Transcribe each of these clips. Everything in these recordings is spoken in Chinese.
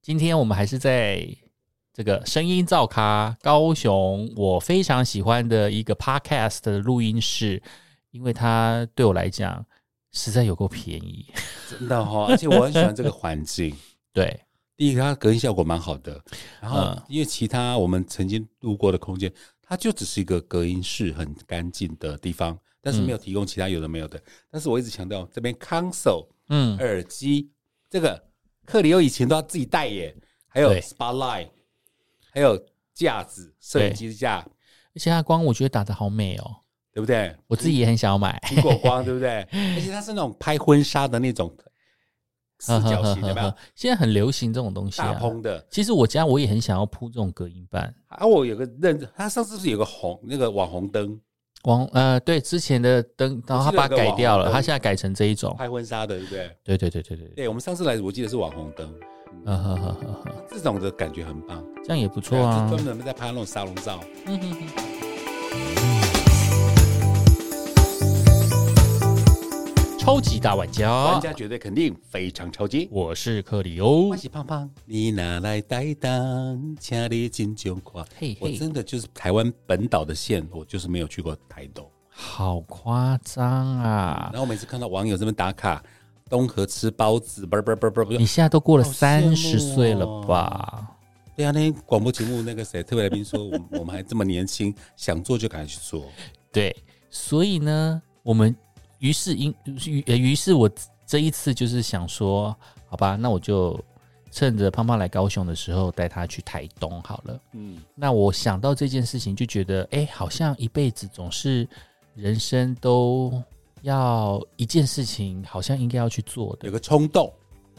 今天我们还是在这个声音造咖高雄，我非常喜欢的一个 podcast 的录音室，因为它对我来讲实在有够便宜。 真的哈、哦，而且我很喜欢这个环境。对，第一个，它隔音效果蛮好的，然后嗯因为其他我们曾经路过的空间，它就只是一个隔音室很干净的地方，但是嗯没有提供其他有的没有的。但是我一直强调，这边 console 嗯，耳机这个，克里欧以前都要自己带耶，还有对 spotlight，还有架子、摄影对机的架，而且它光我觉得打的好美哦，对不对？我自己也很想买。苹果光，对不 对？而且它是那种拍婚纱的那种 四角嗯形，有没有？现在很流行这种东西大啊。蓬的。其实我家我也很想要铺这种隔音板。啊，我有个认，他上次是有个红那个网红灯网呃，对之前的灯，然后他把它改掉我记得有个网红了，灯他现在改成这一种。拍婚纱的，对不对？对对对对对 对，对，我们上次来，我记得是网红灯，嗯呵呵呵呵，这种的感觉很棒。这样也不错对啊啊就。专门在拍那种沙龙照。嗯哼哼超级大玩玩家，家绝对肯定非常超级。我是克里哦欧欢。喜胖胖，你拿来担当，请你金钟夸。嘿我嘿，真的就是台湾本岛的县，我就是没有去过台东。好夸张啊然！后每次看到网友这边打卡，东河吃包子，不是不是不是不是你现在都过了好羡慕三十岁了哦吧？ 对啊，那天广播节目那个谁特别来宾说，我们我们还这么年轻，想做就赶快去做。对，所以呢，我们于是因于呃于是我这一次就是想说，好吧，那我就趁着胖胖来高雄的时候，带他去台东好了。嗯，那我想到这件事情，就觉得，哎，好像一辈子总是人生都要一件事情，好像应该要去做有的。个冲动，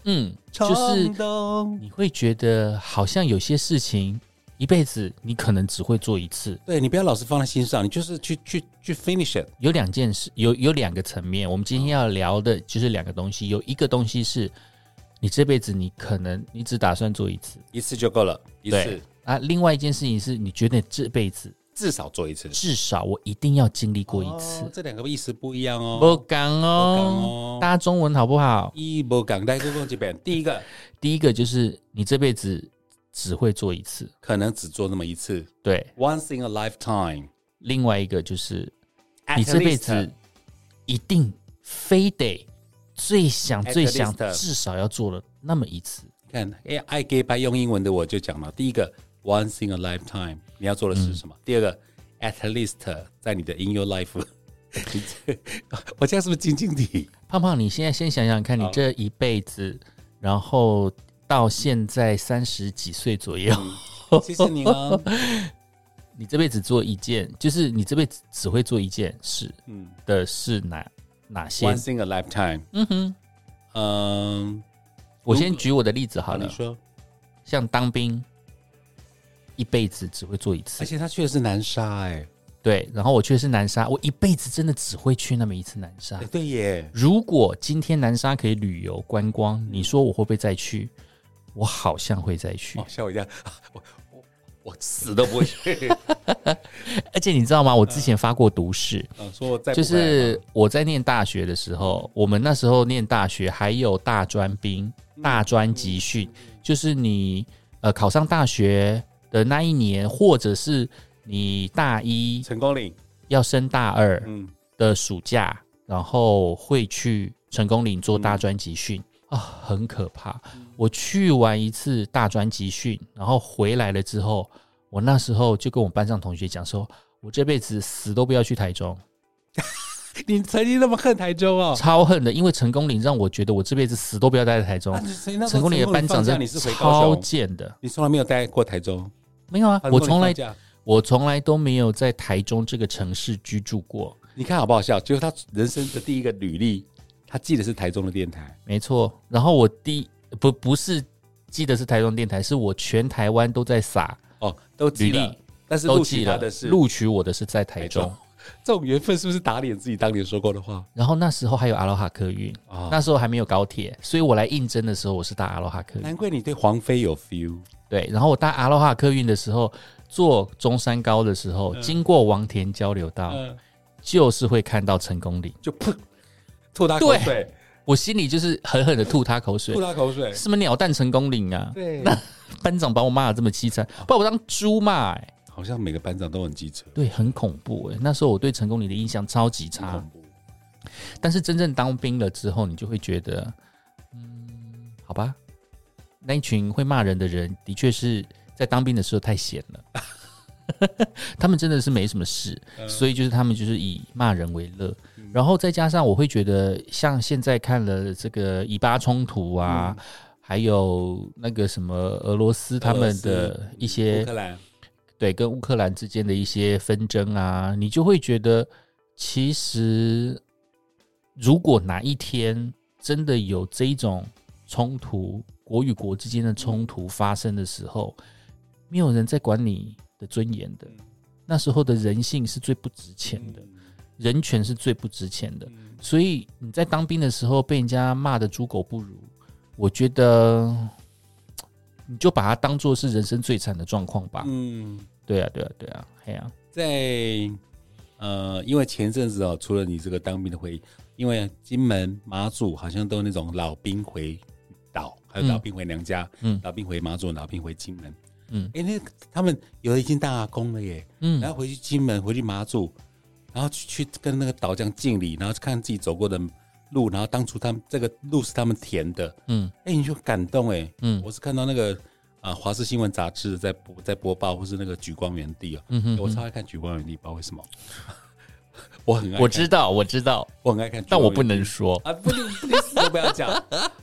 嗯，就是冲动。你会觉得好像有些事情一辈子你可能只会做一次，对你不要老是放在心上，你就是去去去 finish it。有两件事，有有两个层面。我们今天要聊的就是两个东西，有一个东西是你这辈子你可能你只打算做一次，一次就够了，一对次啊。另外一件事情是你觉得你这辈子至少做一次，至少我一定要经历过一次哦。这两个意思不一样哦。不敢哦，哦大家中文好不好？一不港来公共 这边，第一个第一个就是你这辈子只会做一次，可能只做那么一次对。 ，once in a lifetime。另外一个就是你这辈子一定非得最想 At 最想 least 至少要做了那么一次。看，哎，爱 gay 白用英文的我就讲了，第一个 once in a lifetime，你要做的是什嗯么？第二个 at least 在你的 in your life，你 这 我这样是不是晶晶体？胖胖，你现在先想想看，你好这一辈子，然后到现在三十几岁左右，嗯谢谢你哦。 你这辈子做一件，就是你这辈子只会做一件事嗯的是哪哪些？ ，once in a lifetime，嗯哼，嗯，我先举我的例子好好，你了，说，像当兵，一辈子只会做一次而，且他去的是南沙，哎，对。然后我去的是南沙，我一辈子真的只会去那么一次南沙哎。对耶，如果今天南沙可以旅游观光，你说我会不会再去？我好像会再去哦，。吓我一跳， 我我我死都不会 去。 而且你知道吗？我之前发过毒誓，嗯，说我再不就是我在念大学的时候，我们那时候念大学还有大专兵、嗯大专集训，就是你呃考上大学的那一年，或者是你大一成功岭，要升大二嗯，的暑假，然后会去成功岭做大专集训。嗯啊、很可怕！我去完一次大专集训，然后回来了之后，我那时候就跟我班上同学讲说，我这辈子死都不要去台中。你曾经那么恨台州哦，超恨的，因为成功岭让我觉得我这辈子死都不要待在台中。啊你曾经那时成候功岭的班长成真功放假你的是回高超雄，贱的，你从来没有待过台州，没有啊，成我功岭从来放假我从来都没有在台中这个城市居住过。你看好不好笑？就是他人生的第一个履历，他记得是台中的电台，没错，然后我第不不是记得是台中电台，是我全台湾都在撒哦，都记履了历，但是都录记取他了的，是录取我的是在台中台。这种缘分是不是打脸自己当年说过的话然后那时候还有阿罗哈客运，啊？那时候还没有高铁，所以我来应征的时候我是搭阿罗哈客运。难怪你对黄飞有 feel，对，然后我搭阿罗哈客运的时候，坐中山高的时候，经过王田交流道。嗯，就是会看到成功岭。就噗吐他口水，我心里就是狠狠的吐他口水吐，他口水。什么鸟蛋成功岭啊！对，班长把我骂的这么凄惨，把我当猪骂、哎， 好像每个班长都很机车，对，很恐怖、哎，那时候我对成功岭的印象超级很差恐，怖。但是真正当兵了之后，你就会觉得，嗯，好吧，那一群会骂人的人，的确是在当兵的时候太闲了。 他们真的是没什么事，所以就是他们就是以骂人为乐，然后再加上我会觉得，像现在看了这个以巴冲突啊，还有那个什么俄罗斯他们的一嗯乌些克兰，对跟乌克兰之间的一些纷争啊，你就会觉得，其实如果哪一天真的有这种冲突，国与国之间的冲突发生的时候，没有人在管你的尊严的嗯，那时候的人性是最不值钱的，人权是最不值钱的。所以你在当兵的时候被人家骂的猪狗不如，我觉得嘖你就把它当做是人生最惨的状况吧。嗯，对啊，对啊，对啊，嘿啊，在呃，因为前阵子哦，除了你这个当兵的回忆，因为金门、马祖好像都有那种老兵回岛，还有嗯老兵回娘家，嗯老兵回马祖，老兵回金门，嗯哎、那他们有的已经当阿公了耶，然嗯，后回去金门，回去马祖，然后去去跟那个岛这样敬礼，然后看自己走过的路，然后当初他们这个路是他们填的，嗯哎、你就感动哎、嗯我是看到那个啊，华视新闻杂志在播在播报，或是那个《举光原地》啊，嗯哼我超爱看《举光原地》，不知道为什么， 我很爱看，我知道，我知道，我很爱看，但我不能说。啊，不能，你死都不要讲，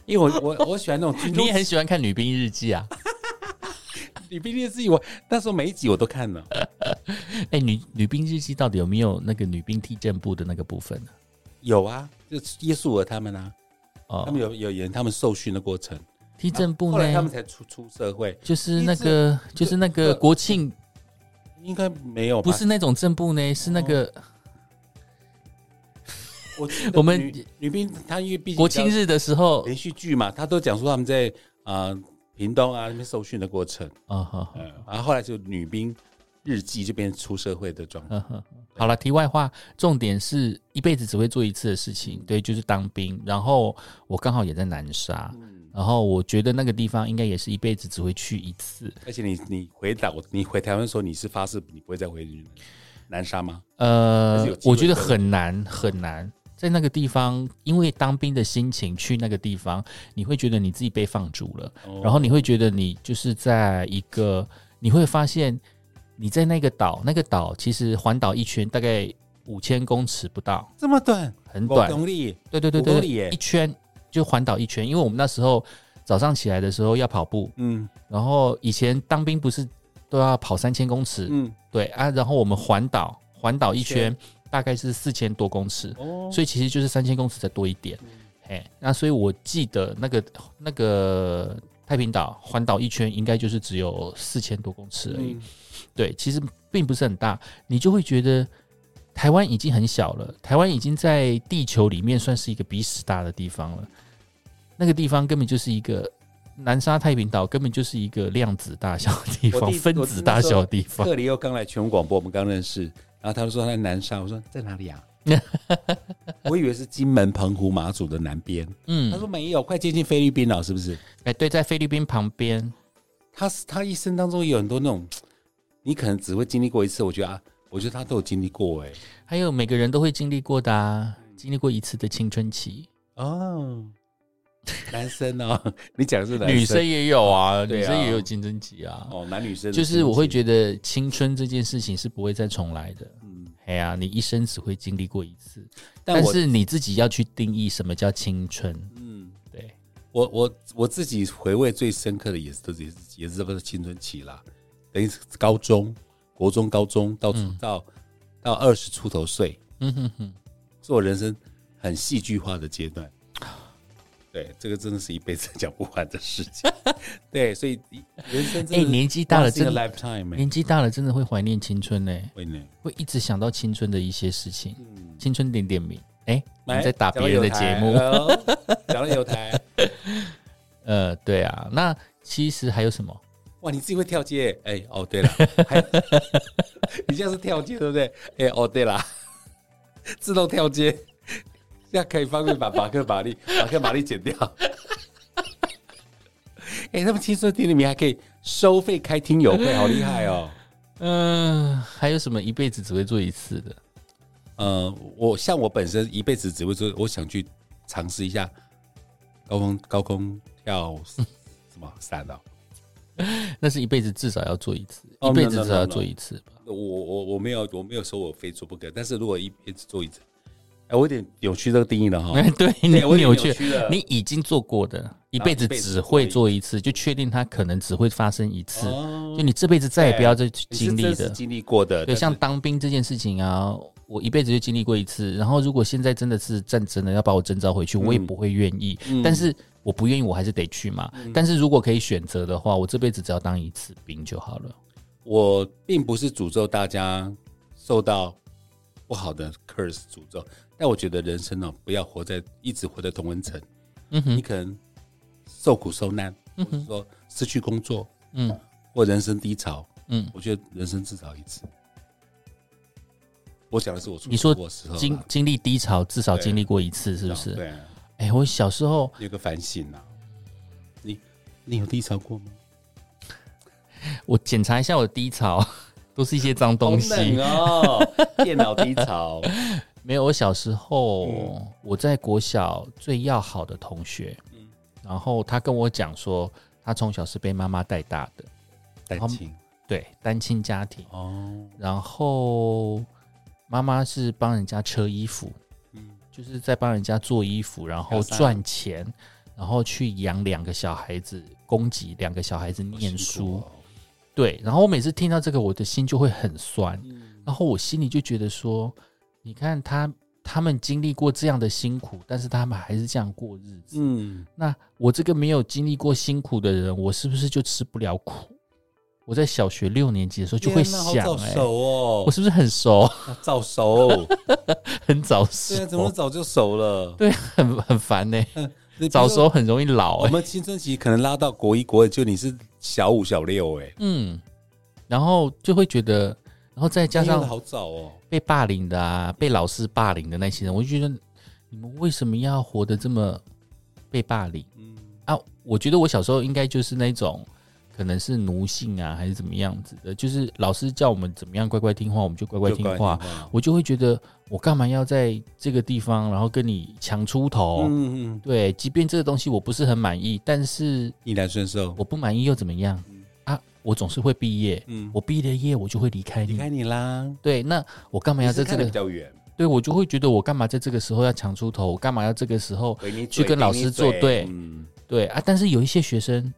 因为我我我喜欢那种 军你中也很喜欢看《女兵日记》啊？ 你毕竟是我那时候每一集我都看了，哎，女《女兵日记》到底有没有那个女兵踢正步的那个部分呢？有啊，就是耶稣尔他们啊，他哦，们有有演他们受训的过程，踢正步啊后来他们呢，才出出社会，就是那个就是那个国庆，应该没有吧？不是那种正步哦呢，是那个我记得我们女女兵，她因为毕竟国庆日的时候连续剧嘛，她都讲述他们在啊、呃屏东啊那边受训的过程，啊，好好嗯，然后后来就女兵日记就变成出社会的状态，呵呵好了，题外话，重点是一辈子只会做一次的事嗯情，对，就是当兵。然后我刚好也在南沙，嗯然后我觉得那个地方应该也是一辈子只会去一次。而且你你回岛，你回台湾的时候，你是发誓你不会再回南沙吗？还呃是有，机会我觉得再来很难很难，在那个地方，因为当兵的心情去那个地方，你会觉得你自己被放逐了，哦然后你会觉得你就是在一个，你会发现你在那个岛，那个岛其实环岛一圈大概五千公尺不到，这么短，很我短。懂你，对对对五公对里耶对，一圈就环岛一圈，因为我们那时候早上起来的时候要跑步，嗯然后以前当兵不是都要跑三千公尺，嗯，对啊，然后我们环岛环岛一一圈大概是四千多公尺，哦，嗯所以其实就是三千公尺再多一点，哎，那所以我记得那个那个。太平岛环岛一圈应该就是只有四千多公尺而已，嗯对，其实并不是很大，你就会觉得台湾已经很小了，台湾已经在地球里面算是一个鼻屎大的地方了。那个地方根本就是一个南沙太平岛，根本就是一个量子大小的地我方，弟分子大小的地方。克里又刚来全国广播，我们刚认识，然后他就说他在南沙，我说在哪里啊？ 我以为是金门、澎湖、马祖的南边，他嗯，说没有，快接近菲律宾了，是不是？哎，对，在菲律宾旁边，他是他一生当中有很多那种，你可能只会经历过一次，我觉得啊，我觉得他都有经历过哎、还有每个人都会经历过的、啊，经历过一次的青春期，哦， 男生哦， 你讲的是男女生也有啊，对女啊生也有青春期啊。哦，男女生的就是我会得，觉得青春这件事情是不会再重来的。嗯，哎呀、你一生只会经历过一次，但但我是你自己要去定义什么叫青春。嗯，对，我我我自己回味最深刻的也是都是也是也是这个青春期啦，等于是高中、国中、高中到出到到二十出头岁，嗯哼哼，是我人生很戏剧化的阶段。对，这个真的是一辈子 讲不完的事情。对，所以人哎、生真的年纪大了 once in 真 a 的， lifetime 欸年纪大了真的会怀念青春呢、会呢。会一直想到青春的一些事情。嗯，青春点点名，哎、我来们在打别人的节目，讲到有台，呃，对啊，那其实还有什么？哇，你自己会跳街？哎、哦，对了，还你这样是跳街对不对？哎、哦，对了，自动跳街。现在可以方便把马克玛丽、马克玛丽剪掉。 哎、他们听说店里面还可以收费开听友会，好厉害哦！嗯、还有什么一辈子只会做一次的？呃，我像我本身一辈子只会做，我想去尝试一下高空高空跳什么伞哦。那是一辈子至少要做一次，哦一辈 no, 子 no, 至少要 no, no 做一次吧。我我我没有我没有说我非做不可，但是如果一辈子做一次，哎、我有点扭曲这个定义了哈。哎、 对你对我有点扭曲扭曲了，你已经做过的，一辈子一辈子只会做一次，就确定它可能只会发生一次，哦就你这辈子再也不要再去你是经历真实的。经历过的，对，但是像当兵这件事情啊，我一辈子就经历过一次。然后，如果现在真的是战争了，要把我征召回嗯去，我也不会愿意。但是我不愿意，我还是得去嘛。嗯但是如果可以选择的话，我这辈子只要当一次兵就好了。我并不是诅咒大家受到不好的 curse 诅咒，但我觉得人生哦，不要活在一直活在同温层。嗯你哼，可能受苦受难，或者说失去工作，嗯或人生低潮，嗯，我觉得人生至少一次。我讲的是我出你说国的时候啦经经历低潮，至少对经历过一次，是不是？对啊，哎、我小时候有个反省啊。你你有低潮过吗？我检查一下我的低潮， 都是一些脏东西。好冷啊哦，电脑低 潮。没有，我小时候、我在国小最要好的同学，嗯然后他跟我讲说，他从小是被妈妈带大的，单亲对，单亲家庭，哦，然后妈妈是帮人家车衣服，嗯就是在帮人家做衣服，然后小三赚钱，然后去养两个小孩子，供给两个小孩子念书。好辛苦哦对，然后我每次听到这个，我的心就会很酸，然后我心里就觉得说，你看他他们经历过这样的辛苦，但是他们还是这样过日子。嗯，那我这个没有经历过辛苦的人，我是不是就吃不了苦？我在小学六年级的时候就会天啊哪好想、早哎、熟哦，我是不是很熟， 啊早熟，哦很早对熟啊，，怎么早就熟了？对，很很烦呢、对早，熟很容易老、我哎，们青春期可能拉到国一、国二，就你是小五、小六，哎，嗯，然后就会觉得，然后再加你上的好早哦，被霸凌的啊，被老师霸凌的那些人，我就觉得你们为什么要活得这么被霸凌嗯，啊？我觉得我小时候应该就是那种可能是奴性啊，还是怎么样子的，就是老师叫我们怎么样乖乖听话，我们就乖乖就哦听乖话。听话，我就会觉得我干嘛要在这个地方，然后跟你抢出头？嗯嗯，对，即便这个东西我不是很满意，但是逆来顺受，我不满意又怎么样啊？我总是会毕业，嗯，我毕了业我就会离开离你。开你啦，对，那我干嘛要你是在这看得个比？较远，对我就会觉得我干嘛在这个时候要抢出头，我干嘛要这个时候回你去跟老师作对嗯，对啊？但是有一些学生，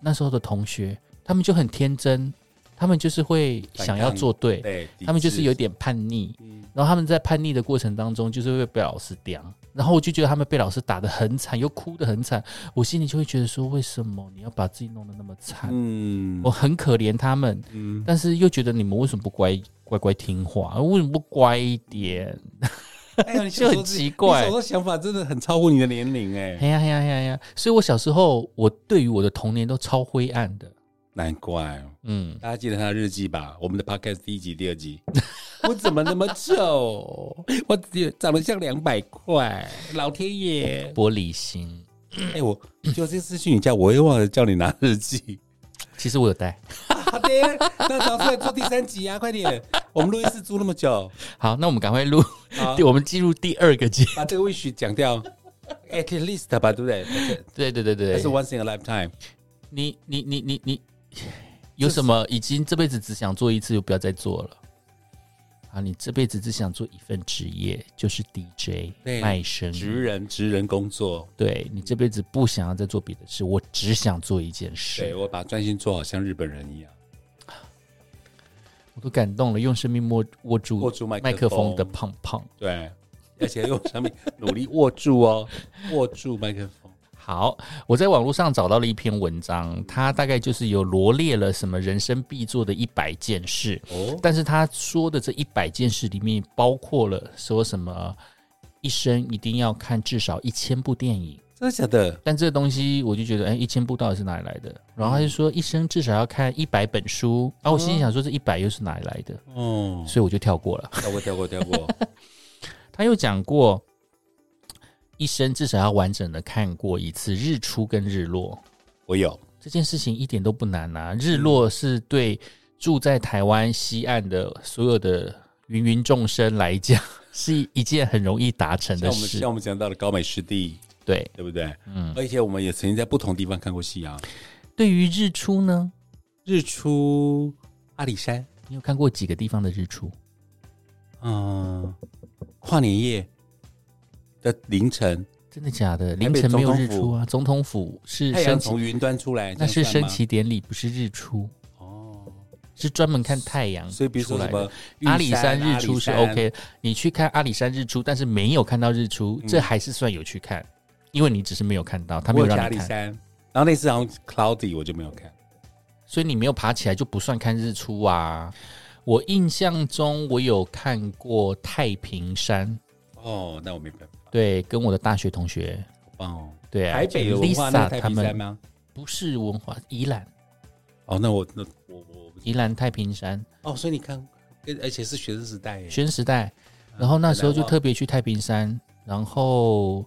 那时候的同学，他们就很天真，他们就是会想要做对，对，他们就抵是制有，点叛逆，嗯然后他们在叛逆的过程当中，就是会被老师刁。然后我就觉得他们被老师打得很惨，又哭得很惨，我心里就会觉得说，为什么你要把自己弄得那么惨？嗯我很可怜他们，嗯， 但是又觉得你们为什么不乖乖乖听话？为什么不乖一点？哎呀，你就小时很候自己奇你怪小时。候想法真的很超乎你的年龄，哎，哎呀哎呀哎呀哎呀！所以我小时候，我对于我的童年都超灰暗的。难怪哦。嗯，大家记得他的日记吧？我们的 podcast 第一集、第二集， 我怎么那么丑？我只长得像两百块，老天 爷！玻璃心。哎、我就这次去你家，我又忘了叫你拿日 记。其实我有带。好的，啊那拿出来做第三集啊！快点， 我们录音室租那么久，好，那我们赶快录，好 我们进入第二个阶。 把这个 wish 讲 掉，at least 吧，对不对？对对对这对是，once in a lifetime。你你你你你 有什么已经这辈子只想做一次，就不要再做了。啊，你这辈子只想做一份职业，就是 DJ 对卖身。职人，职人工作，对你这辈子不想要再做别的事，我只想做一件对事。我把专心做好，像日本人一样。我都感动了，用生命握握住握住麦克麦克风的风胖胖。对，而且用上面努力握 住哦，握住麦克风。好，我在网络上找到了一篇文章，它大概就是有罗列了什么人生必做的一百件事，哦，但是他说的这一百件事里面包括了说什么一生一定要看至少一千部电影，真的假的？但这个东西我就觉得，哎，一千部到底是哪里来的？然后他就说一生至少要看一百本书，然后我心里想说这一百又是哪里来的？哦，所以我就跳过了。跳过，跳过，跳过。他又讲过，一生至少要完整的看过一次日出跟日落。 我有，这件事情一点都不难啊！嗯日落是对住在台湾西岸的所有的芸芸众生来讲， 是一件很容易达成像的我们事像。我们讲到的高美湿地，对，对不对？嗯，而且我们也曾经在不同地方看过夕阳，对于日出呢，日出阿里山，你有看过几个地方的日出？嗯，跨年夜的凌晨，真的假的？台凌北晨没有总日统府出啊！总统府是太升阳旗从，云端出来，那是这样算升吗旗典礼，不是日出，哦。是专门看太阳所以比如出说来什的么。阿玉里山日出是阿里山啊 OK，你去看阿里山日出，但是没有看到日出，嗯这还是算有去看，因为你只是没有看到，他没有我有去阿让里你看，山，然后那次好像 cloudy 我就没有看。所以你没有爬起来就不算看日出啊。我印象中我有看过太平山，哦，那我没办法，对，跟我的大学同学，好棒哦。对、啊，台北的文化那 Lisa 太他平山们吗？不是文化，宜兰哦，那我那我我宜兰太平山哦，所以你看，跟而且是学生时代耶，学生时代，嗯然后那时候就特别去太平山，然后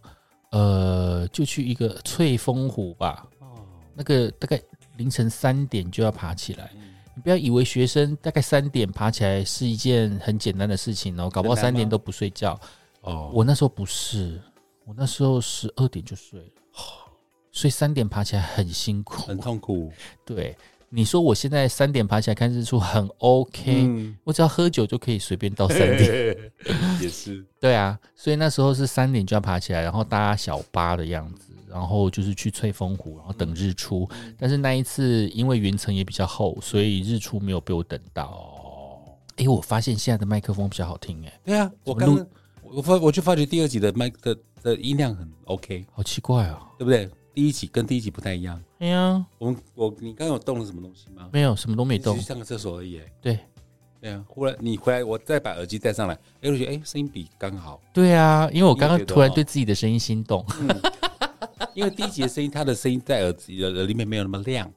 呃就去一个翠峰湖吧，哦，那个大概凌晨三点就要爬起来。嗯你不要以为学生大概三点爬起来是一件很简单的事情哦，搞不好很难三吗点都不睡觉。哦，我那时候不是，我那时候十二点就睡了，所以三点爬起来很辛苦哦很。痛苦。 对，你说我现在三点爬起来看日出很 OK，、嗯，我只要喝酒就可以随便 到三点。也是对啊，所以那时候是三点就要爬起来，然后搭小巴的样子，然后就是去翠峰湖，然后等日出。嗯但是那一次因为云层也比较厚，所以日出没有被我等到。哦，诶，我发现现在的麦克风比较好听、诶，对啊，我怎么刚录刚我我发我去发觉第二集的麦的的音量很 OK，好奇怪哦。对不对？第一集跟第一集不太一样。哎呀，我们我你刚刚有动了什么东西吗？没有什么都没你只是动去。上个厕所而已耶。对对啊，忽然你回来，我再把耳机戴上来，哎，我觉得哎，声音比刚好，对啊，因为我刚你刚也觉得突然哦对自己的声音心动。 因为第一集的声音，它的声音在耳机耳耳里面没有那么亮。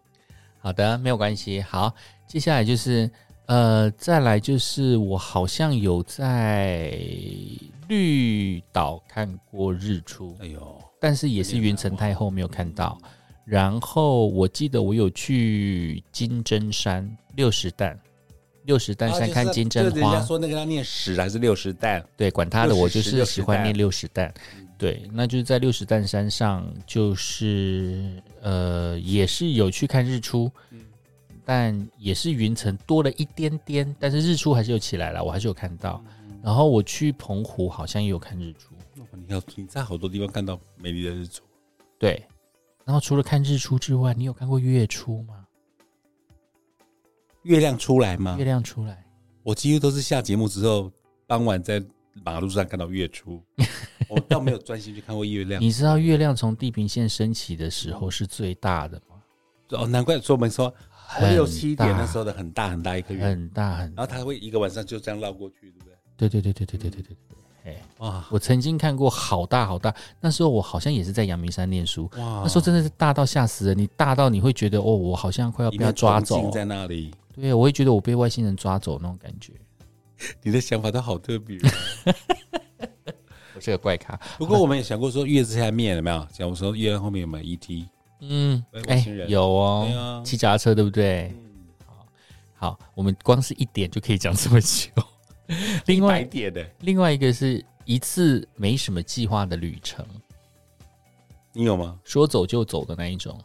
好的，没有关系。好，接下来就是呃，再来就是我好像有在绿岛看过日出。哎呦，但是也是云层太厚没有看到。然后我记得我有去金针山六十担，六十担山看金针啊就是人花，家说那个要念屎还是六十蛋，对，管他的， 60我就是60喜欢担嗯念六十担。对，那就是在六十担山上，就是呃，也是有去看日出，嗯但也是云层多了一点点，但是日出还是有起来了，我还是有看到。嗯然后我去澎湖好像也有看日出，哇你要你在好多地方看到美丽的日出，对，然后除了看日出之外，你有看过月出吗？月亮出来吗月？亮出来，我几乎都是下节目之后，傍晚在马路上看到月出，我倒没有专心去看过月亮。你知道月亮从地平线升起的时候是最大的吗？哦，难怪说我们说很大六七点那时候的很大很大一颗月，很大很然，后它会一个晚上就这样绕过去，对不对？对对对对对对对对。哎，哇我曾经看过好大好大，那时候我好像也是在阳明山念书，哇那时候真的是大到吓死人，你大到你会觉得哦，我好像快要被一面他抓铜镜走，在那里，对，我会觉得我被外星人抓走那种感觉，你的想法都好特别。我是个怪咖，不过我们也想过说月之下面有没有？想我说月亮后面有没 E 有 ET？嗯哎，外哎星，人有对哦，啊，骑脚踏车对不对？嗯好，我们光是一点就可以讲这么久。另 一外百点的，另外一个是一次没什么计划的旅程，你有吗？说走就走的那一种。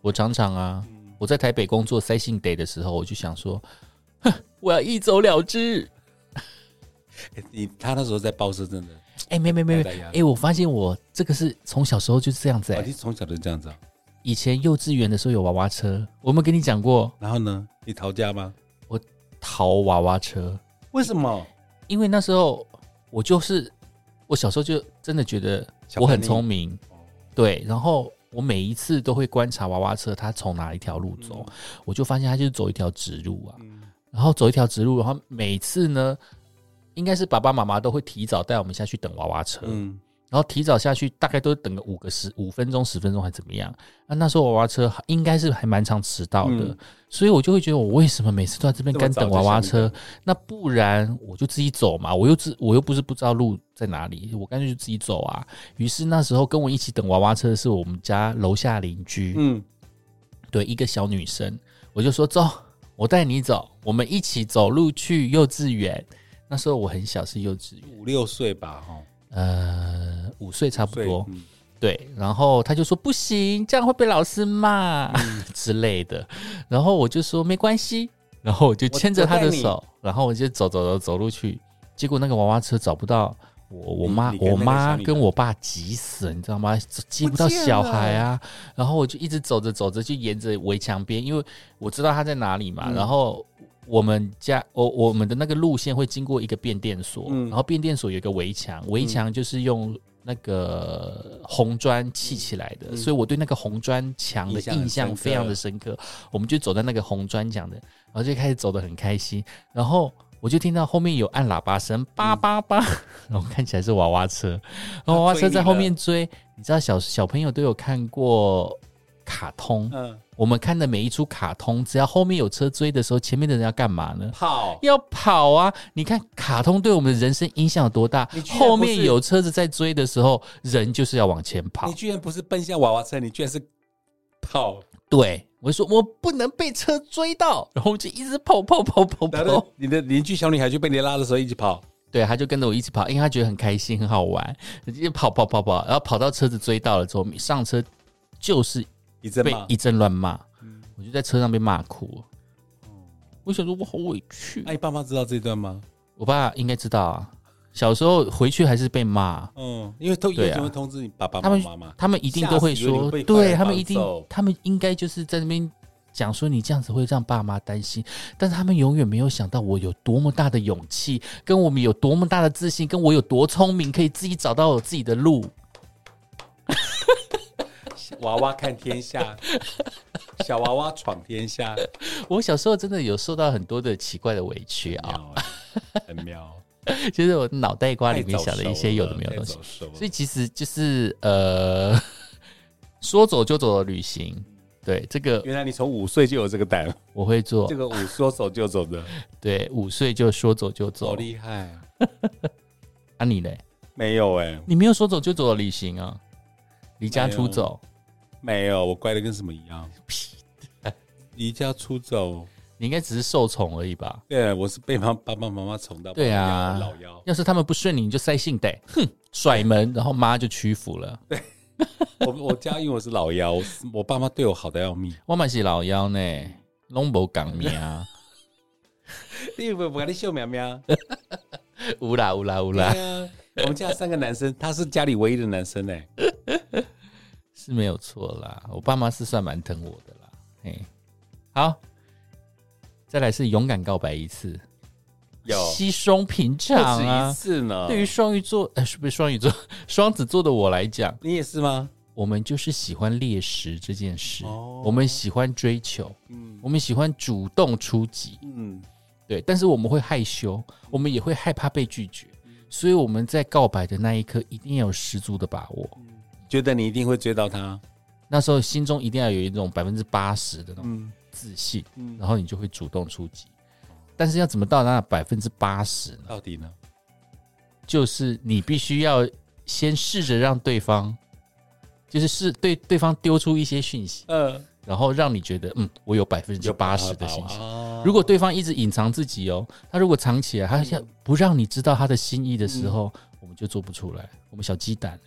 我常常啊，我在台北工作塞信 day 的时候，我就想说，哼，我要一走了之。哎你他那时候在报社真的，哎、没没没没，带大家哎、我发现我这个是从小时候就是这样子、哦哎你从小就这样子啊。以前幼稚园的时候有娃娃车，我有没有跟你讲过然后呢，你逃家吗？淘娃娃车？为什么？因为那时候我就是我小时候就真的觉得我很聪明，哦对，然后我每一次都会观察娃娃车它从哪一条路走，我就发现它就是走一条直路啊，嗯，然后走一条直路，然后每次呢，应该是爸爸妈妈都会提早带我们下去等娃娃车，嗯，然然后提早下去大概都等个五个十五分钟、十分钟还怎么样。啊那那时候娃娃车应该是还蛮常迟到的，嗯所以我就会觉得我为什么每次都在这边干等娃娃那么早就车？那不然我就自己走嘛，我又自我又不是不知道路在哪里，我干脆就自己走啊。于是那时候跟我一起等娃娃车的是我们家楼下邻居，嗯，对一个小女生，我就说走，我带你走，我们一起走路去幼稚园。那时候我很小，是幼稚园，五六岁吧，哈，呃，五岁差不对多。嗯对，然后他就说不行，这样会被老师骂、嗯 之类的。然后我就说没关系，然后我就牵着他的手，然后我就走走走走路去。结果那个娃娃车找不到我，我你妈哦你跟那我个妈小女跟孩我爸急死了，你知道吗？接不到见小了孩啊。然后我就一直走着走着，就沿着围墙边，因为我知道他在哪里嘛。嗯然后我们家我我们的那个路线会经过一个变电所，嗯然后变电所有一个围墙，围墙就是用那个红砖砌起来的，嗯所以我对那个红砖墙的印象很嗯印象深刻非常的深刻。我们就走在那个红砖墙的，然后就开始走得很开心，然后。我就听到后面有按喇叭声，叭叭叭，嗯 然后看起来是娃娃车，然后娃娃车在后面追。你知道小小朋友都有看过卡通，嗯，我们看的每一出卡通，只要后面有车追的时候，前面的人要干嘛呢？跑，要跑啊！你看卡通对我们的人生影响有多大你？居然不是后面有车子在追的时候，人就是要往前跑你。居然不是奔向娃娃车，你居然是跑，对，我就说我不能被车追 到，然后我就一直跑跑跑跑然跑后。你的邻居小女孩就被你拉的时候一起跑，对，他就跟着我一起跑，因为他觉得很开心，很好玩，就跑跑跑跑，然后跑到车子追到了之后，上车就是一阵被骂一。阵乱骂，我就在车上被骂哭。嗯我想说，我好委屈啊那、。你爸妈知道这段吗？我爸应该知道啊，小时候回去还是被骂，嗯，因为都对有啊人会通知你爸爸他妈们妈嘛。他们一定都会吓死以为说你，被坏对人他们绑一定走，他们应该就是在那边讲说你这样子会让爸妈担心，但是他们永远没有想到我有多么大的勇气，跟我们有多么大的自信，跟我有多聪明，可以自己找到我自己的路。娃娃看 天下，小娃娃闯天下，我小时候真的有受到很多的奇怪的委屈啊，妙很妙。就是我脑袋瓜里面太早想的一熟些有的了没有的东西太。早熟了所以其实就是呃， 说走就走的旅行。对，这个原来你从五岁就有这个胆，我会做这。个五说走就走的，对，五岁就说走就走。厉害、啊。啊，你嘞？没有哎、你没有说走就走的旅行啊？离家出走？没有，我乖的跟什么一样。离家出走，你应该只是受宠而已吧？对我是被妈爸爸妈妈宠到对啊老幺，要是他们不顺你，你就塞性得，哼，甩门，然后妈就屈服了。我我家因为我是老幺，我是我爸妈对我好的要命。我嘛是老幺呢，拢无啊讲命。啊你不不跟你秀苗苗？有啦有啦有啦，对啊，我们家三个男生，他是家里唯一的男 生哎、是没有错啦。我爸妈是算蛮疼我的啦。嘿，好，再来是勇敢告白一次。有稀松平不常止一啊。次呢。对于双鱼座，呃，是不是双鱼座、双子座的我来讲，你也是吗？我们就是喜欢猎食这件事，哦我们喜欢追求，嗯我们喜欢主动出击，嗯，对。但是我们会害羞，我们也会害怕被拒绝，嗯所以我们在告白的那一刻，一定要有十足的把握。嗯觉得你一定会追到他。那时候心中一定要有一种百分之八十的那种嗯自信，嗯，然后你就会主动出击。但是要怎么到达那百分之八十呢？到底呢？就是你必须要先试着让对方，就是是对对方丢出一些讯息，呃，然后让你觉得，嗯，我有百哦分之八十的信信心。心如果对方一直隐藏自己哦，他如果藏起来，他想不让你知道他的心意的时候，我们就做不出来。我们小鸡蛋，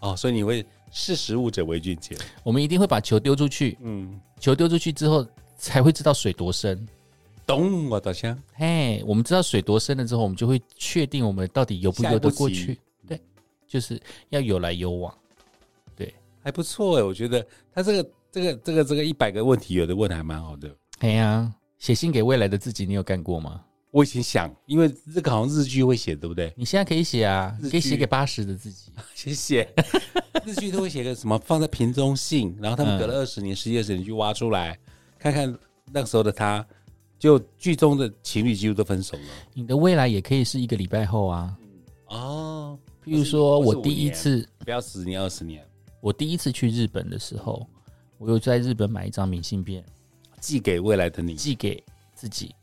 哦，所以你会识时务者为俊杰。我们一定会把球丢出去，嗯，球丢出去之后才会知道水多深。懂我的香。嘿，我们知道水多深了之后，我们就会确定我们到底游不游得过下一步去。对，就是要有来有往。还不错哎，我觉得他这个这个这个这个一百个问题，有的问得还蛮好的。哎呀，写信给未来的自己，你有干过吗？我以前想，因为这个好像日剧会写，对不对？你现在可以写啊，日剧可以写给八十的自己。谢谢。 日剧都会写个什么放在瓶中信，然后他们隔了二十年、十几二十年去挖出来，看看那个时候的他，就剧中的情侣几乎都分手了。你的未来也可以是一个礼拜后啊，哦，譬譬如说不我是第一年次不要十年二十年，我第一次去日本的时候，我有在日本买一张明信片寄给未来的你。寄给自己，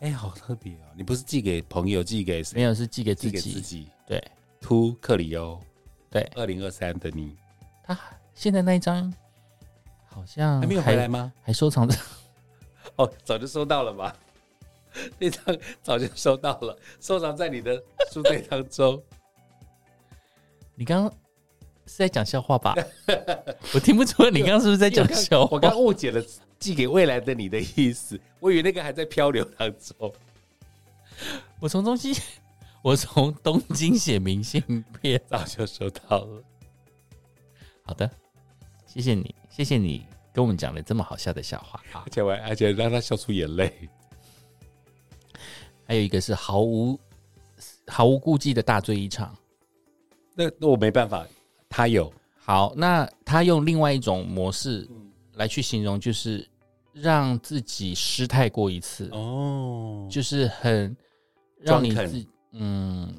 哎、好特别哦！你不是寄给朋友，寄给谁？没有是寄给寄自给己。自己。哎对秃克里欧，对，二零二三的你他现在那一张好像还没有回来吗？还收藏着。哦，早就收到了吧？ 那张早就收到了，收藏在你的书袋当中。你刚刚是在讲笑话吧？我听不出来，你刚刚是不是 在讲笑话？我刚误解了寄给未来的你的意思， 我以为那个还在漂流当中。我从东京，我从东京写明信片。早就收到了，好的，谢谢你，谢谢你跟我们讲了这么好笑的笑话啊而！且我还而且让他笑出眼泪。还有一个是毫无毫无顾忌的大醉一场。那那我没办法，他有好，那他用另外一种模式嗯来去形容，就是让自己失态过一次，哦，就是很让你 Drunken 自嗯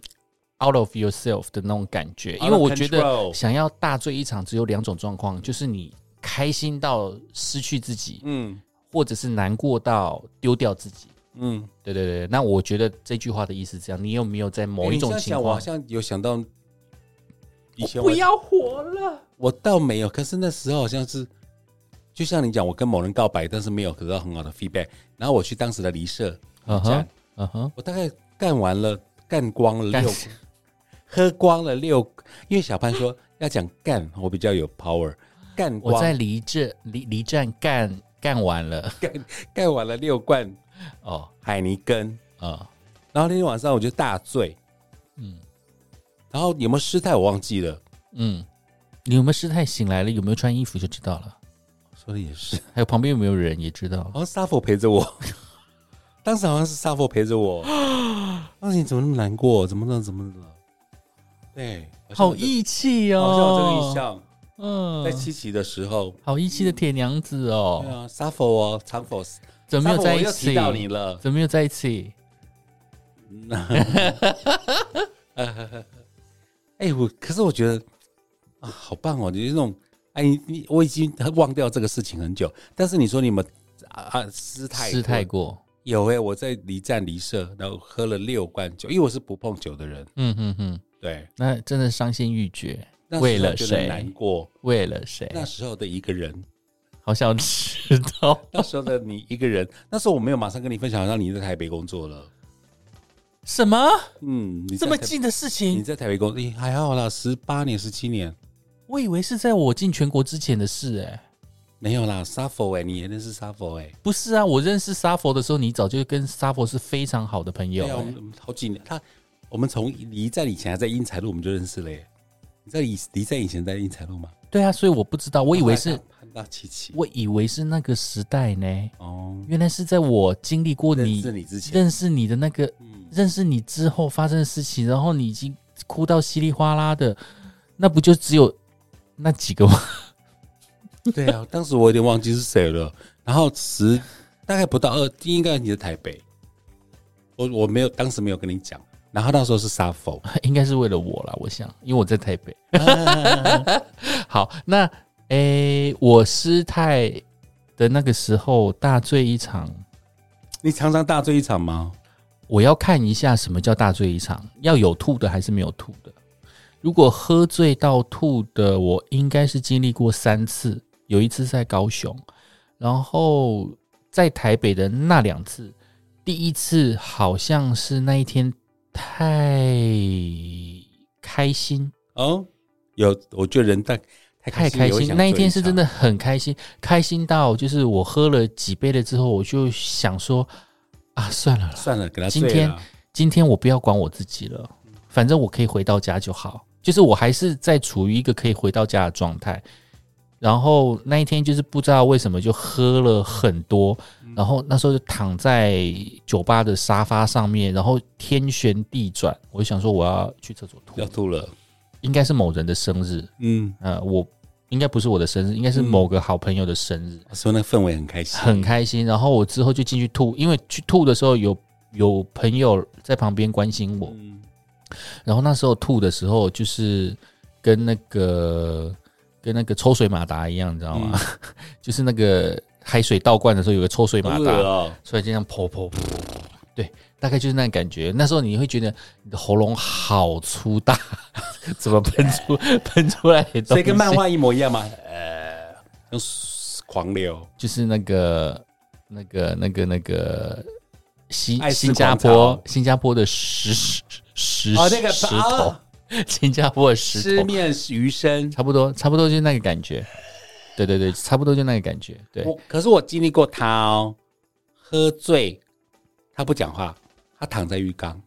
out of yourself 的那种感觉。因为我觉得 Out of control 想要大醉一场，只有两种状况，就是你开心到失去自己，嗯或者是难过到丢掉自己。嗯，对对对，那我觉得这句话的意思是这样。你有没有在某一种你这样情想我好况？像有想到以前不我要活了。我倒没有，可是那时候好像是，就像你讲，我跟某人告白，但是没有得到很好的 feedback，然后我去当时的离社嗯讲哼，嗯哼，我大概干完了，干光了干六，喝光了六，因为小潘说要讲干，我比较有 power，干我光在离这离离站干干完了。干完了六罐 哦，海泥根，啊、然后那天晚上我就大醉，嗯然后有没有失态我忘记了，嗯，你有没有失态醒来了？有没有穿衣服就知道了。说的 也是，还有旁边有没有人也知道。好像 s a f o 陪着我， 当时好像是 s a f o 陪 着我，当时你怎么那么难过？怎么了？怎么了？对，好意，义气哦，好像有这个印象，在嗯，七夕的时候，好义气的铁娘子对哦，啊 s a f o 哦，长否，怎么没有在一又提起？到你了，怎么没有在一起？哎、我可是我觉得啊，好棒哦，就是那种哎，你你我已经忘掉这个事情很久，但是你说你们啊啊失态失态过，有哎、我在离站离社，然后喝了六罐酒，因为我是不碰酒的人，嗯哼哼，对，那真的伤心欲绝。那时候为了觉得谁难过，为了谁？那时候的一个人，好想知道。那时候的你一个人， 那时候我没有马上跟你分享，让你在台北工作了，什么嗯，你这在么台，近的事你情？在台北工作，你还好啦，十八年、十七年。我以为是在我进全国之前的事哎、没有啦 s a f o 哎、你也认识 s a f o 哎、不是啊，我认识沙佛的时候，你早就跟沙佛是非常好的朋友、对啊，我们我们好几年，他我们从离站以前还在英才路，我们就认识了耶。你在离离站以前在英才路吗？对啊，所以我不知道，我以为后是来，他潘大琪琪我以为是那个时代呢，哦，原来是在我经历过认你识你之前，嗯认识你的那个，认识你之后发生的事情，然后你已经哭到稀里哗啦的，那不就只有那几个吗？ 对啊，当时我有点忘记是谁了。然后十大概不到二，应该你在台北，我我没有当时没有跟你讲。然后那时候是 s a f o 应该是为了我啦，我想，因为我在台北。 好，那诶、我师太的那个时候大醉一场，你常常大醉一场吗？我要看一下什么叫大醉一场，要有吐的还是没有吐的。如果喝醉到吐的，我应该是经历过三次，有一次是在高雄，然后在台北的那两次，第一次好像是那一天太开心，哦，有，我觉得人太太太开也会心，想那一醉天是场真的很开心，开心到就是我喝了几杯了之后，我就想说啊，算了啦，算了，给他今醉天了。今天我不要管我自己了，反正我可以回到家就好。就是我还是在处于一个可以回到家的状态。然后那一天就是不知道为什么就喝了很多，然后那时候就躺在酒吧的沙发上面，然后天旋地转，我就想说我要去厕所吐要，吐了，应该是某人的生日，嗯，呃，我应该不是我的生日，应该是某个好朋友的生日，所以那个氛围很开心，很开心。然后我之后就进去吐，因为去吐的时候有有朋友在旁边关心我，嗯然后那时候吐的时候，就是跟那个跟那个抽水马达一样，你知道吗？就是那个海水倒灌的时候有个抽水马好达，恶哦，所以就这样噗噗噗，对，大概就是那感觉。那时候你会觉得你的喉咙好粗大，怎么喷出喷出来的东所西？以跟漫画一模一样吗？呃，用狂流，就是那个那个那个那个新爱斯新加广坡场新加坡的石石石哦那个石头哦，新加坡的石吃头，面鱼生。差不多差不多就是那个感觉。对对对，差不多就那个感觉。对，我可是我经历过他哦，喝醉，他不讲话，他躺在浴缸，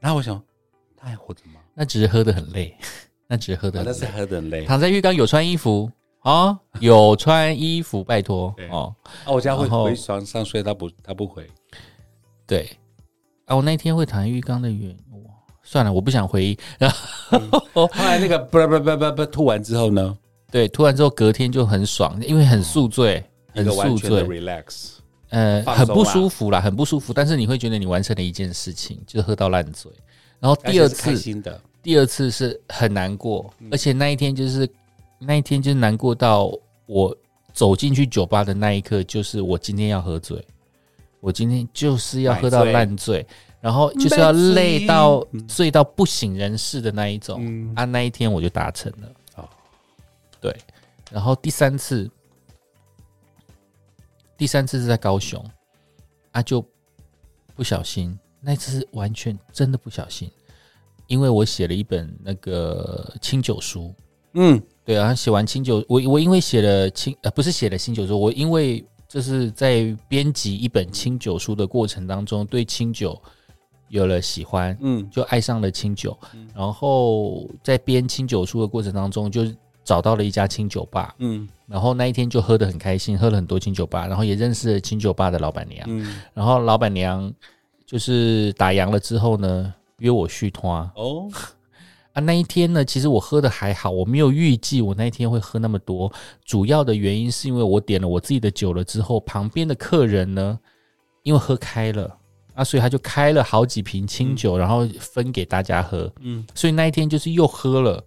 然后我想他还活着吗？那只是喝的很累， 那只是喝的啊很那累。是喝的很累。躺在浴缸有穿衣服 哦，有穿衣服，拜托对哦。啊，我家会然后回床上睡，他不他不回。对，啊，我那天会躺在浴缸的原因，哇算了，我不想回忆。然后后来那个不不不不不吐完之后呢，对，突然之后隔天就很爽，因为很宿醉，哦一很个完宿全的醉， relax。呃，放很松啊不啦舒服啦，很不舒服。但是你会觉得你完成了一件事情，就是喝到烂醉。然后而第二且是开次，心的，第二次是很难过，而且那一天就是那一天就是难过到我走进去酒吧的那一刻，就是我今天要喝醉，我今天就是要喝到烂醉，然后就是要累到醉到不省人事的那一种。嗯啊，那一天我就达成了。哦对，然后第三次，第三次是在高雄，啊，就不小心，那次是完全真的不小心，因为我写了一本那个清酒书，嗯，对啊，写完清酒，我我因为写了清呃不是写了清酒书，我因为就是在编辑一本清酒书的过程当中，对清酒有了喜欢，嗯，就爱上了清酒，然后在编清酒书的过程当中，就找到了一家清酒吧，嗯然后那一天就喝得很开心，喝了很多清酒吧，然后也认识了清酒吧的老板娘，嗯，然后老板娘就是打烊了之后呢，约我续团啊。 哦，那一天呢，其实我喝的还好，我没有预计我那一天会喝那么多。主要的原因是因为我点了我自己的酒了之后，旁边的客人呢，因为喝开了啊，所以他就开了好几瓶清酒，然后分给大家喝。嗯，所以那一天就是又喝了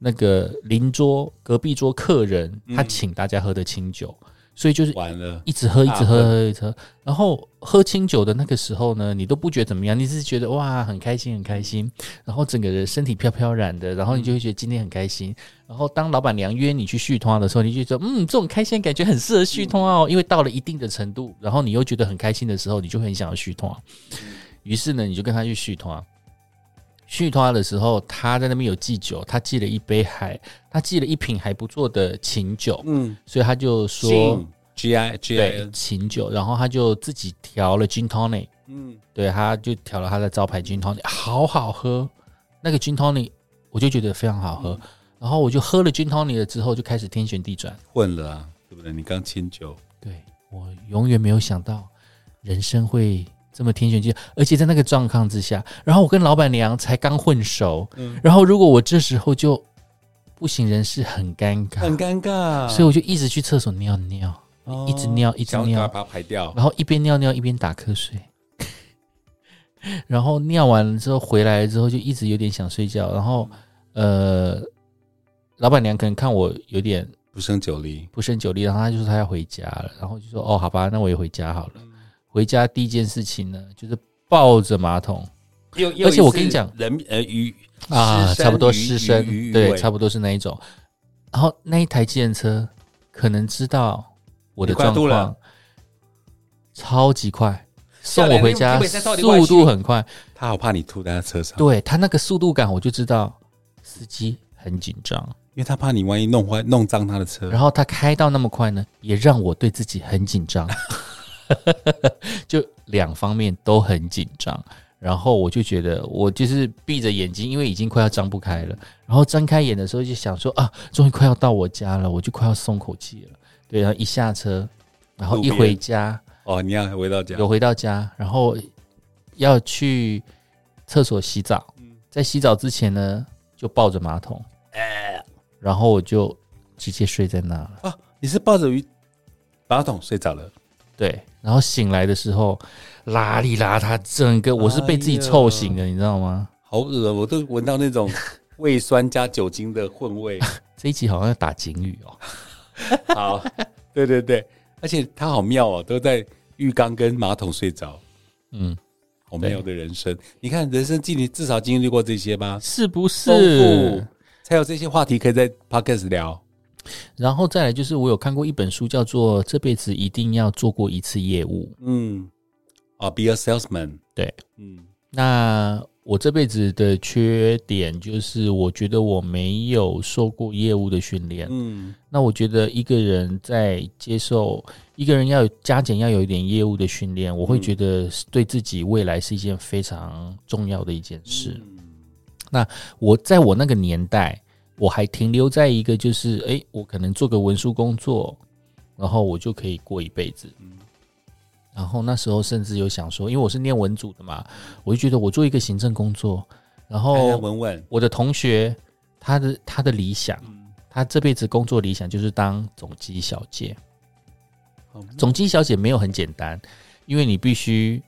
那个邻桌隔壁桌客人他请大家喝的清酒，所以就是完了，一直喝，一直大喝，喝喝一直喝。然后喝清酒的那个时候呢，你都不觉得怎么样，你只是觉得哇，很开心，很开心。然后整个人身体飘飘然的，然后你就会觉得今天很开心。然后当老板娘约你去续通的时候，你就觉得嗯，这种开心的感觉很适合续通哦，因为到了一定的程度，然后你又觉得很开心的时候，你就很想要续通。啊于是呢，你就跟他去续通。啊续通啊的时候，他在那边有寄酒，他寄了一杯还，他寄了一瓶还不错的琴酒，嗯，所以他就说。 G I G 对 I，琴酒，然后他就自己调了 gin tonic，嗯，对，他就调了他的招牌 gin tonic，好好喝，那个 gin tonic 我就觉得非常好喝，然后我就喝了 gin tonic 了之后就开始天旋地转，混了啊，对不对？你刚清酒，对我永远没有想到人生会这么天旋地转，而且在那个状况之下，然后我跟老板娘才刚混熟，嗯然后如果我这时候就不省人事，很尴尬，很尴尬，所以我就一直去厕所尿尿，哦一直尿一直想要尿，啊把它排掉，然后一边尿尿一边打瞌睡， 然后尿完了之后回来之后就一直有点想睡觉，然后呃，老板娘可能看我有点不胜酒力，不胜酒力，然后她就说她要回家了，然后就说哦好吧，那我也回家好了。回家第一件事情呢，就是抱着马桶又又而且我一次跟你讲人呃鱼啊，差不多湿失身，对，差不不多是那一种。然后那一台计程车可能知道我的你快状吐了况，超级快。送下来我回那家基本上到底外速度区很快，多，他好怕你吐在他车上，对他那个速度感，我就知道司机很紧张。因为他怕你万一弄坏弄脏他的车，然后他开到那么快呢，也让我对自己很紧张， 就两方面都很紧张。然后我就觉得我就是闭着眼睛，因为已经快要张不开了。然后睁开眼的时候就想说啊，终于快要到我家了，我就快要松口气了。对，然后一下车，然后一路边回家，哦，你要回到家，有回到家，然后要去厕所洗澡，嗯在洗澡之前呢，就抱着马桶，啊然后我就直接睡在那了。啊，你是抱着鱼马桶睡着了，对，然哎后醒来的时候，邋里邋遢，整个我是被自己臭醒的，你知道吗？好恶，我都闻到那种胃酸加酒精的 混味。这一集好像要打警语哦。好，对对对，而且他好妙哦，都在浴缸跟马桶睡着，嗯，好妙的人生。你看，人生经历至少经历过这些吧，是不是丰富？才有这些话题可以在 podcast 聊。然后再来就是，我有看过一本书，叫做《这辈子一定要做过一次业务》。嗯，啊，be a salesman，对，嗯那我这辈子的缺点就是，我觉得我没有受过业务的训练。嗯那我觉得一个人在接受一个人要有加减要有一点业务的训练，我会觉得是对自己未来是一件非常重要的一件事。嗯我在我那个年代，我还停留在一个就是，诶，我可能做个文书工作，然后我就可以过一辈子。然后那时候甚至有想说，因为我是念文组的嘛，我就觉得我做一个行政工作，然安安后稳稳，我的同学他的他的理想，嗯他这辈子工作理想就是当总机小姐。好总机小姐没有很简单，因为你必须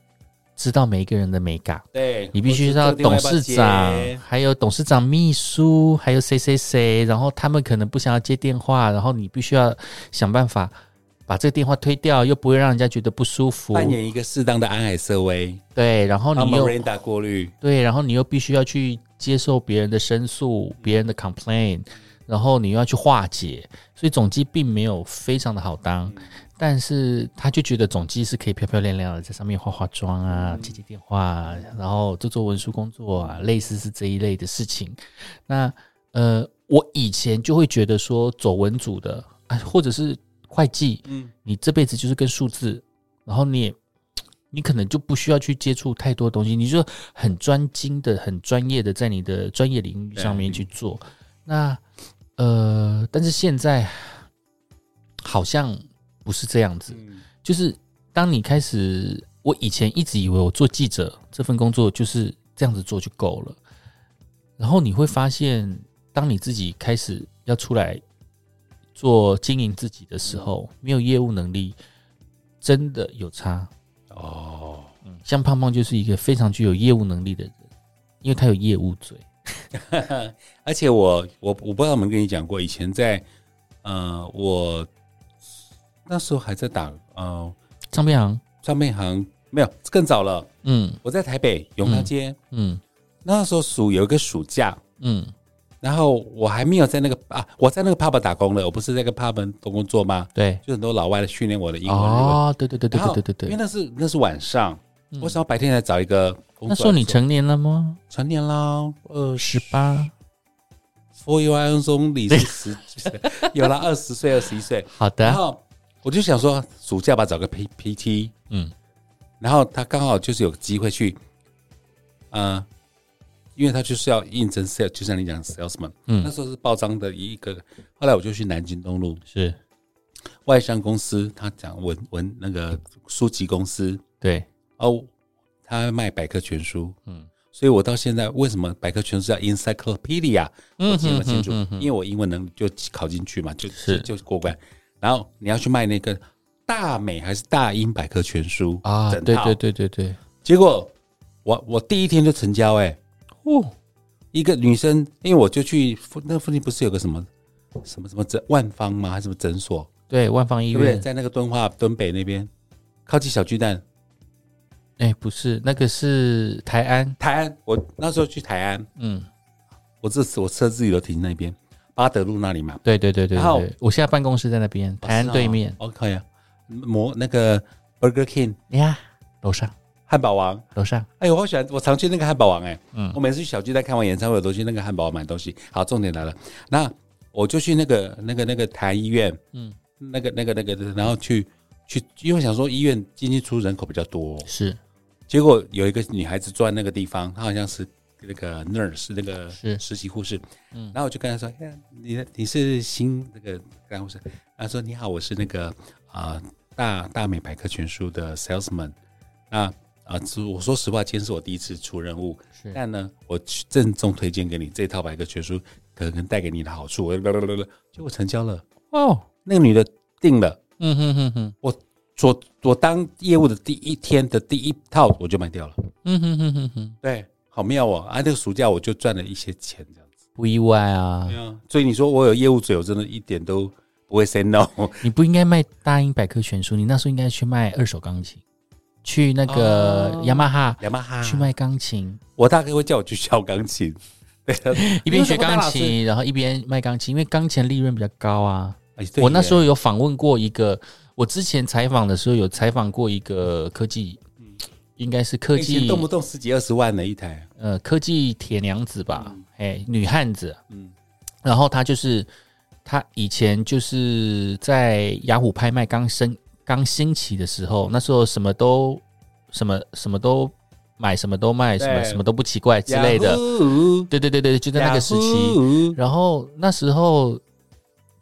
知道每一个人的美感。对你必须知道董事长，还有董事长秘书，还有谁谁谁，然后他们可能不想要接电话，然后你必须要想办法把这个电话推掉，又不会让人家觉得不舒服。扮演一个适当的安海瑟薇，对，然后帮哦你又 Miranda 过滤，对，然后你又必须要去接受别人的申诉、别人的 complain，然后你又要去化解，所以总机并没有非常的好当，但是他就觉得总机是可以漂漂亮亮的在上面化化妆啊、接接电话、啊，然后做做文书工作啊，类似是这一类的事情。那呃，我以前就会觉得说走文组的啊，或者是会计，嗯，你这辈子就是跟数字，然后你也你可能就不需要去接触太多东西，你就很专精的、很专业的在你的专业领域上面去做。那呃，但是现在好像不是这样子，嗯就是当你开始，我以前一直以为我做记者这份工作就是这样子做就够了，然后你会发现，当你自己开始要出来做经营自己的时候，没有业务能力，真的有差。哦，像胖胖就是一个非常具有业务能力的人，因为他有业务嘴。而且我我我不知道有没有跟你讲过，以前在呃，我那时候还在打呃张碧航，上面行，没有更早了，嗯我在台北永康街，嗯那时候暑有一个暑假，嗯，然后我还没有在那个啊，我在那个 pub 打工了，我不是在那个 pub 打工做吗？对，就很多老外来训练我的英文。日文哦，对对对对然后对对对因为对。那是那是晚上，嗯我想要白天来找一个工作来做。那时候你成年了吗？成年啦，二十十八。 ，for you I 中里是十，有啦，二十岁、二十一岁。 好的，然后我就想说，暑假吧，找个 P P T，嗯然后他刚好就是有机会去，呃，因为他就是要应征 sales，就像你讲 salesman，那嗯，时候是报章的一个，后来我就去南京东路是外商公司，他讲文文那个书籍公司对，哦，他卖百科全书，嗯所以我到现在为什么百科全书叫 encyclopedia，我记不清楚，嗯嗯哼哼哼哼因为我英文能力就考进去嘛，就就是就过关。然后你要去卖那个大美还是大英百科全书啊，整对套对对对对，结果我我第一天就成交哎、哦，一个女生，因为我就去附那附近不是有个什么什么什么诊万方吗？还是什么诊所？对，万方医对不对？院，在那个敦化敦北那边，靠近小巨蛋哎，不是，那个是台安，台安，我那时候去台安，嗯，我这次我车自己都停那边巴德路那里嘛，对对对对然后对，我现在办公室在那边，台安对面， OK 啊，摩那个 Burger King 你看楼上汉堡王，楼上，哎呦，我好喜欢，我常去那个汉堡王哎、嗯我每次去小巨蛋看完演唱会，我都去那个汉堡王买东西。好，重点来了，那我就去那个那个那个台医院，嗯，那个那个那个，然后去去，因为想说医院进进出人口比较多，是结果有一个女孩子坐在那个地方，她好像是那个 nurse 那个是实习护士，嗯，然后我就跟她说，哎、你你是新那个干护士，她说你好，我是那个啊、大大美百科全书的 salesman，那啊、是我说实话，今天是我第一次出任务，是，但呢，我去郑重推荐给你这套百科全书可能带给你的好处，我结果成交了，哦，那个女的定了，嗯哼哼哼，我我当业务的第一天的第一套我就卖掉了。嗯哼哼哼哼，对，好妙哦！啊，那个暑假我就赚了一些钱，这样子。不意外啊对，啊，所以你说我有业务嘴，我真的一点都不会 say no。你不应该卖大英百科全书，你那时候应该去卖二手钢琴，去那个哦雅马哈 雅马哈，去卖钢琴，我大哥会叫我去敲钢琴， 对啊，一边学因为我钢当老师琴，然后一边卖钢琴，因为钢琴利润比较高啊。哎对我那耶时候有访问过一个，我之前采访的时候有采访过一个科技，应该是科以前技动不动十几二十万的一台，呃科技铁娘子吧，哎、女汉子，嗯，然后她就是她以前就是在雅虎拍卖刚升刚兴起的时候，那时候什么都什么什么都买，什么都卖，什么对什么都不奇怪之类的， Yahoo，对对对对，就在那个时期。 Yahoo，然后那时候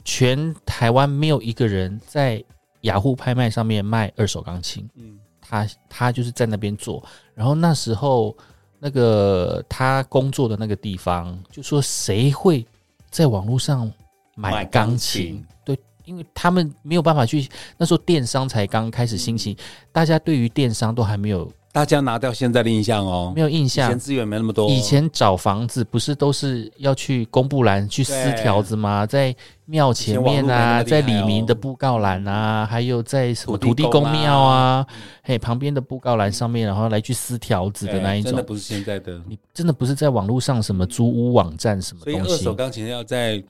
全台湾没有一个人在雅虎拍卖上面卖二手钢琴，嗯他他就是在那边做。然后那时候那个他工作的那个地方，就说谁会在网络上买买钢钢琴？琴对。因为他们没有办法去，那时候电商才刚开始兴嗯起，大家对于电商都还没有大家拿掉现在的印象哦没，有印以象前，资源没那么多，以前找房子不是都是要去公布栏去撕对条子吗？在庙前面啊，以在前网络没那么厉害哦李嗯明的布告栏啊，还有在什么土土地地公公啊庙啊，嘿旁边的布告栏上面，然后来去撕条子的对那一真的种。不是现在的，你真的不是在网络上什么租屋网站什么所以东二手西，钢琴要在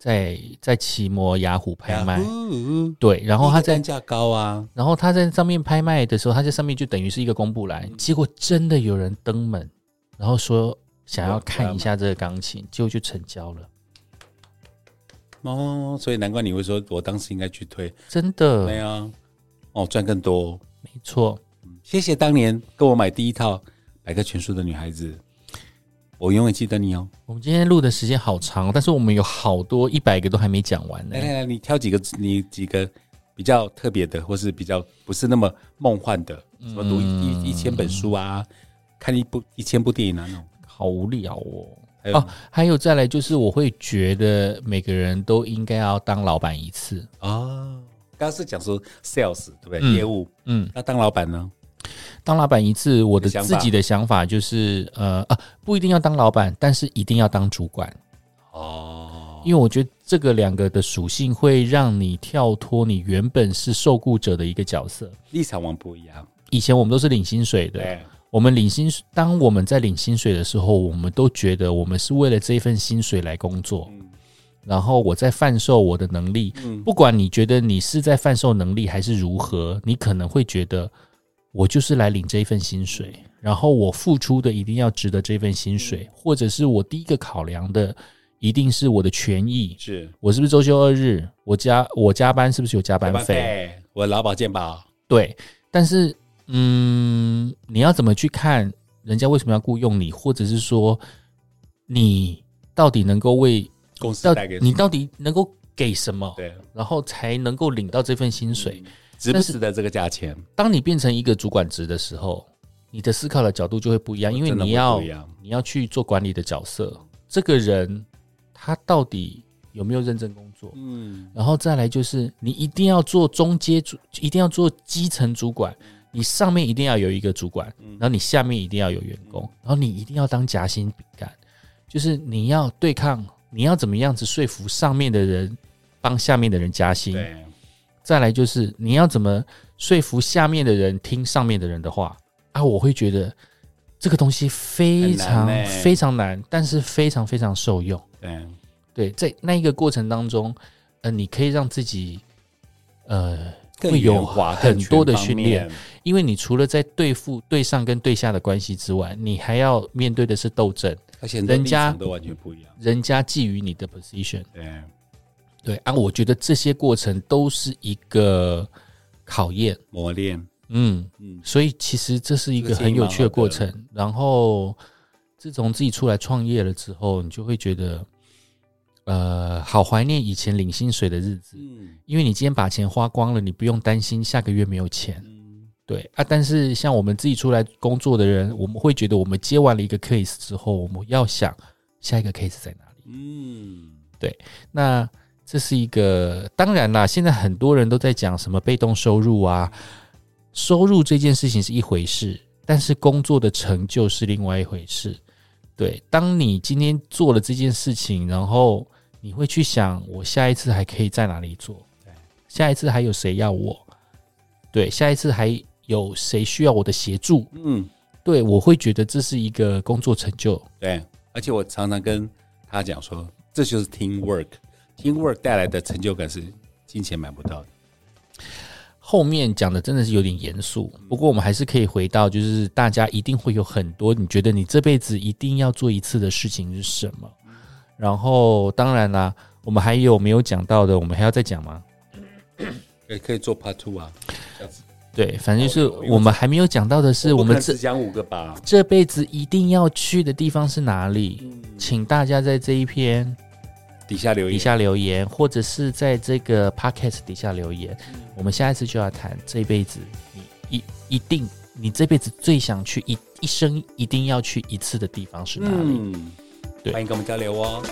在在奇摩、雅虎拍卖， Yahoo，对，然后他在单价高啊，然后他在上面拍卖的时候，他在上面就等于是一个公布栏，嗯结果真的有人登门，然后说想要看一下这个钢琴，结果就成交了，哦，所以难怪你会说我当时应该去推，真的对啊，哦，赚更多。没错。谢谢当年跟我买第一套百科全书的女孩子，我永远记得你哦。我们今天录的时间好长哦，但是我们有好多一百个都还没讲完呢来。来来，你挑几个，你几个比较特别的，或是比较不是那么梦幻的，什么读一一一千本书啊，看一部一千部电影啊那种。好无聊哦。还有哦，还有再来就是，我会觉得每个人都应该要当老板一次。哦，刚刚是讲说 sales 对不对？嗯业务，嗯，那当老板呢？当老板一次，我的你的想自法己的想法就是，呃啊，不一定要当老板，但是一定要当主管，哦，因为我觉得这个两个的属性会让你跳脱你原本是受雇者的一个角色。立场王不一样，哎以前我们都是领薪水的，对，我们领薪，当我们在领薪水的时候，我们都觉得我们是为了这一份薪水来工作，嗯然后我在贩售我的能力。嗯不管你觉得你是在贩售能力还是如何，你可能会觉得我就是来领这一份薪水，然后我付出的一定要值得这份薪水，嗯或者是我第一个考量的一定是我的权益。是我是不是周休二日？我加我加班是不是有加班班费？费，哎我劳保健保，对，但是嗯，你要怎么去看人家为什么要雇佣你，或者是说你到底能够为公司到带给你到底能够给什么，对，嗯然后才能够领到这份薪水？值不但是值得这个价钱？当你变成一个主管职的时候，你的思考的角度就会不一样，因为真的你会要不一样你要去做管理的角色，这个人他到底有没有认真工作？嗯，然后再来就是，你一定要做中阶主，一定要做基层主管，嗯你上面一定要有一个主管，然后你下面一定要有员工，嗯然后你一定要当夹心饼干，就是你要对抗，你要怎么样子说服上面的人帮下面的人加薪，对，再来就是你要怎么说服下面的人听上面的人的话啊？我会觉得这个东西非很难常、欸非常难，但是非常非常受用。对，对，在那一个过程当中，呃，你可以让自己，呃，更会有圆滑很更多的全方训练面，因为你除了在对付对上跟对下的关系之外，你还要面对的是斗争，而且很多人家立场都完全不一样。人家觊觎你的 position。对，对啊，我觉得这些过程都是一个考验。磨练，嗯，嗯，所以其实这是一个很有趣的过程。然后，自从自己出来创业了之后，你就会觉得，呃，好怀念以前领薪水的日子，嗯因为你今天把钱花光了，你不用担心下个月没有钱。嗯，对啊，但是像我们自己出来工作的人，我们会觉得我们接完了一个 case 之后，我们要想下一个 case 在哪里。嗯，那这是一个，当然啦，现在很多人都在讲什么被动收入啊，收入这件事情是一回事，但是工作的成就是另外一回事。对，当你今天做了这件事情，然后你会去想，我下一次还可以在哪里做？下一次还有谁要我？对，下一次还有谁需要我的协助？嗯，对我会觉得这是一个工作成就。对，而且我常常跟他讲说，这就是 team work，team work 带来的成就感是金钱买不到的。后面讲的真的是有点严肃，不过我们还是可以回到，就是大家一定会有很多你觉得你这辈子一定要做一次的事情是什么。然后当然啦，我们还有没有讲到的，我们还要再讲吗？也可以做 part two 啊，这样子对，反正就是哦有有我们还没有讲到的是，我不可们能这只讲五个吧？这辈子一定要去的地方是哪里？嗯请大家在这一篇底下留底言，下留言，或者是在这个 podcast 底下留言。嗯我们下一次就要谈这辈子你一一定你这辈子最想去一一生一定要去一次的地方是哪里？嗯，对欢迎跟我们交流哦。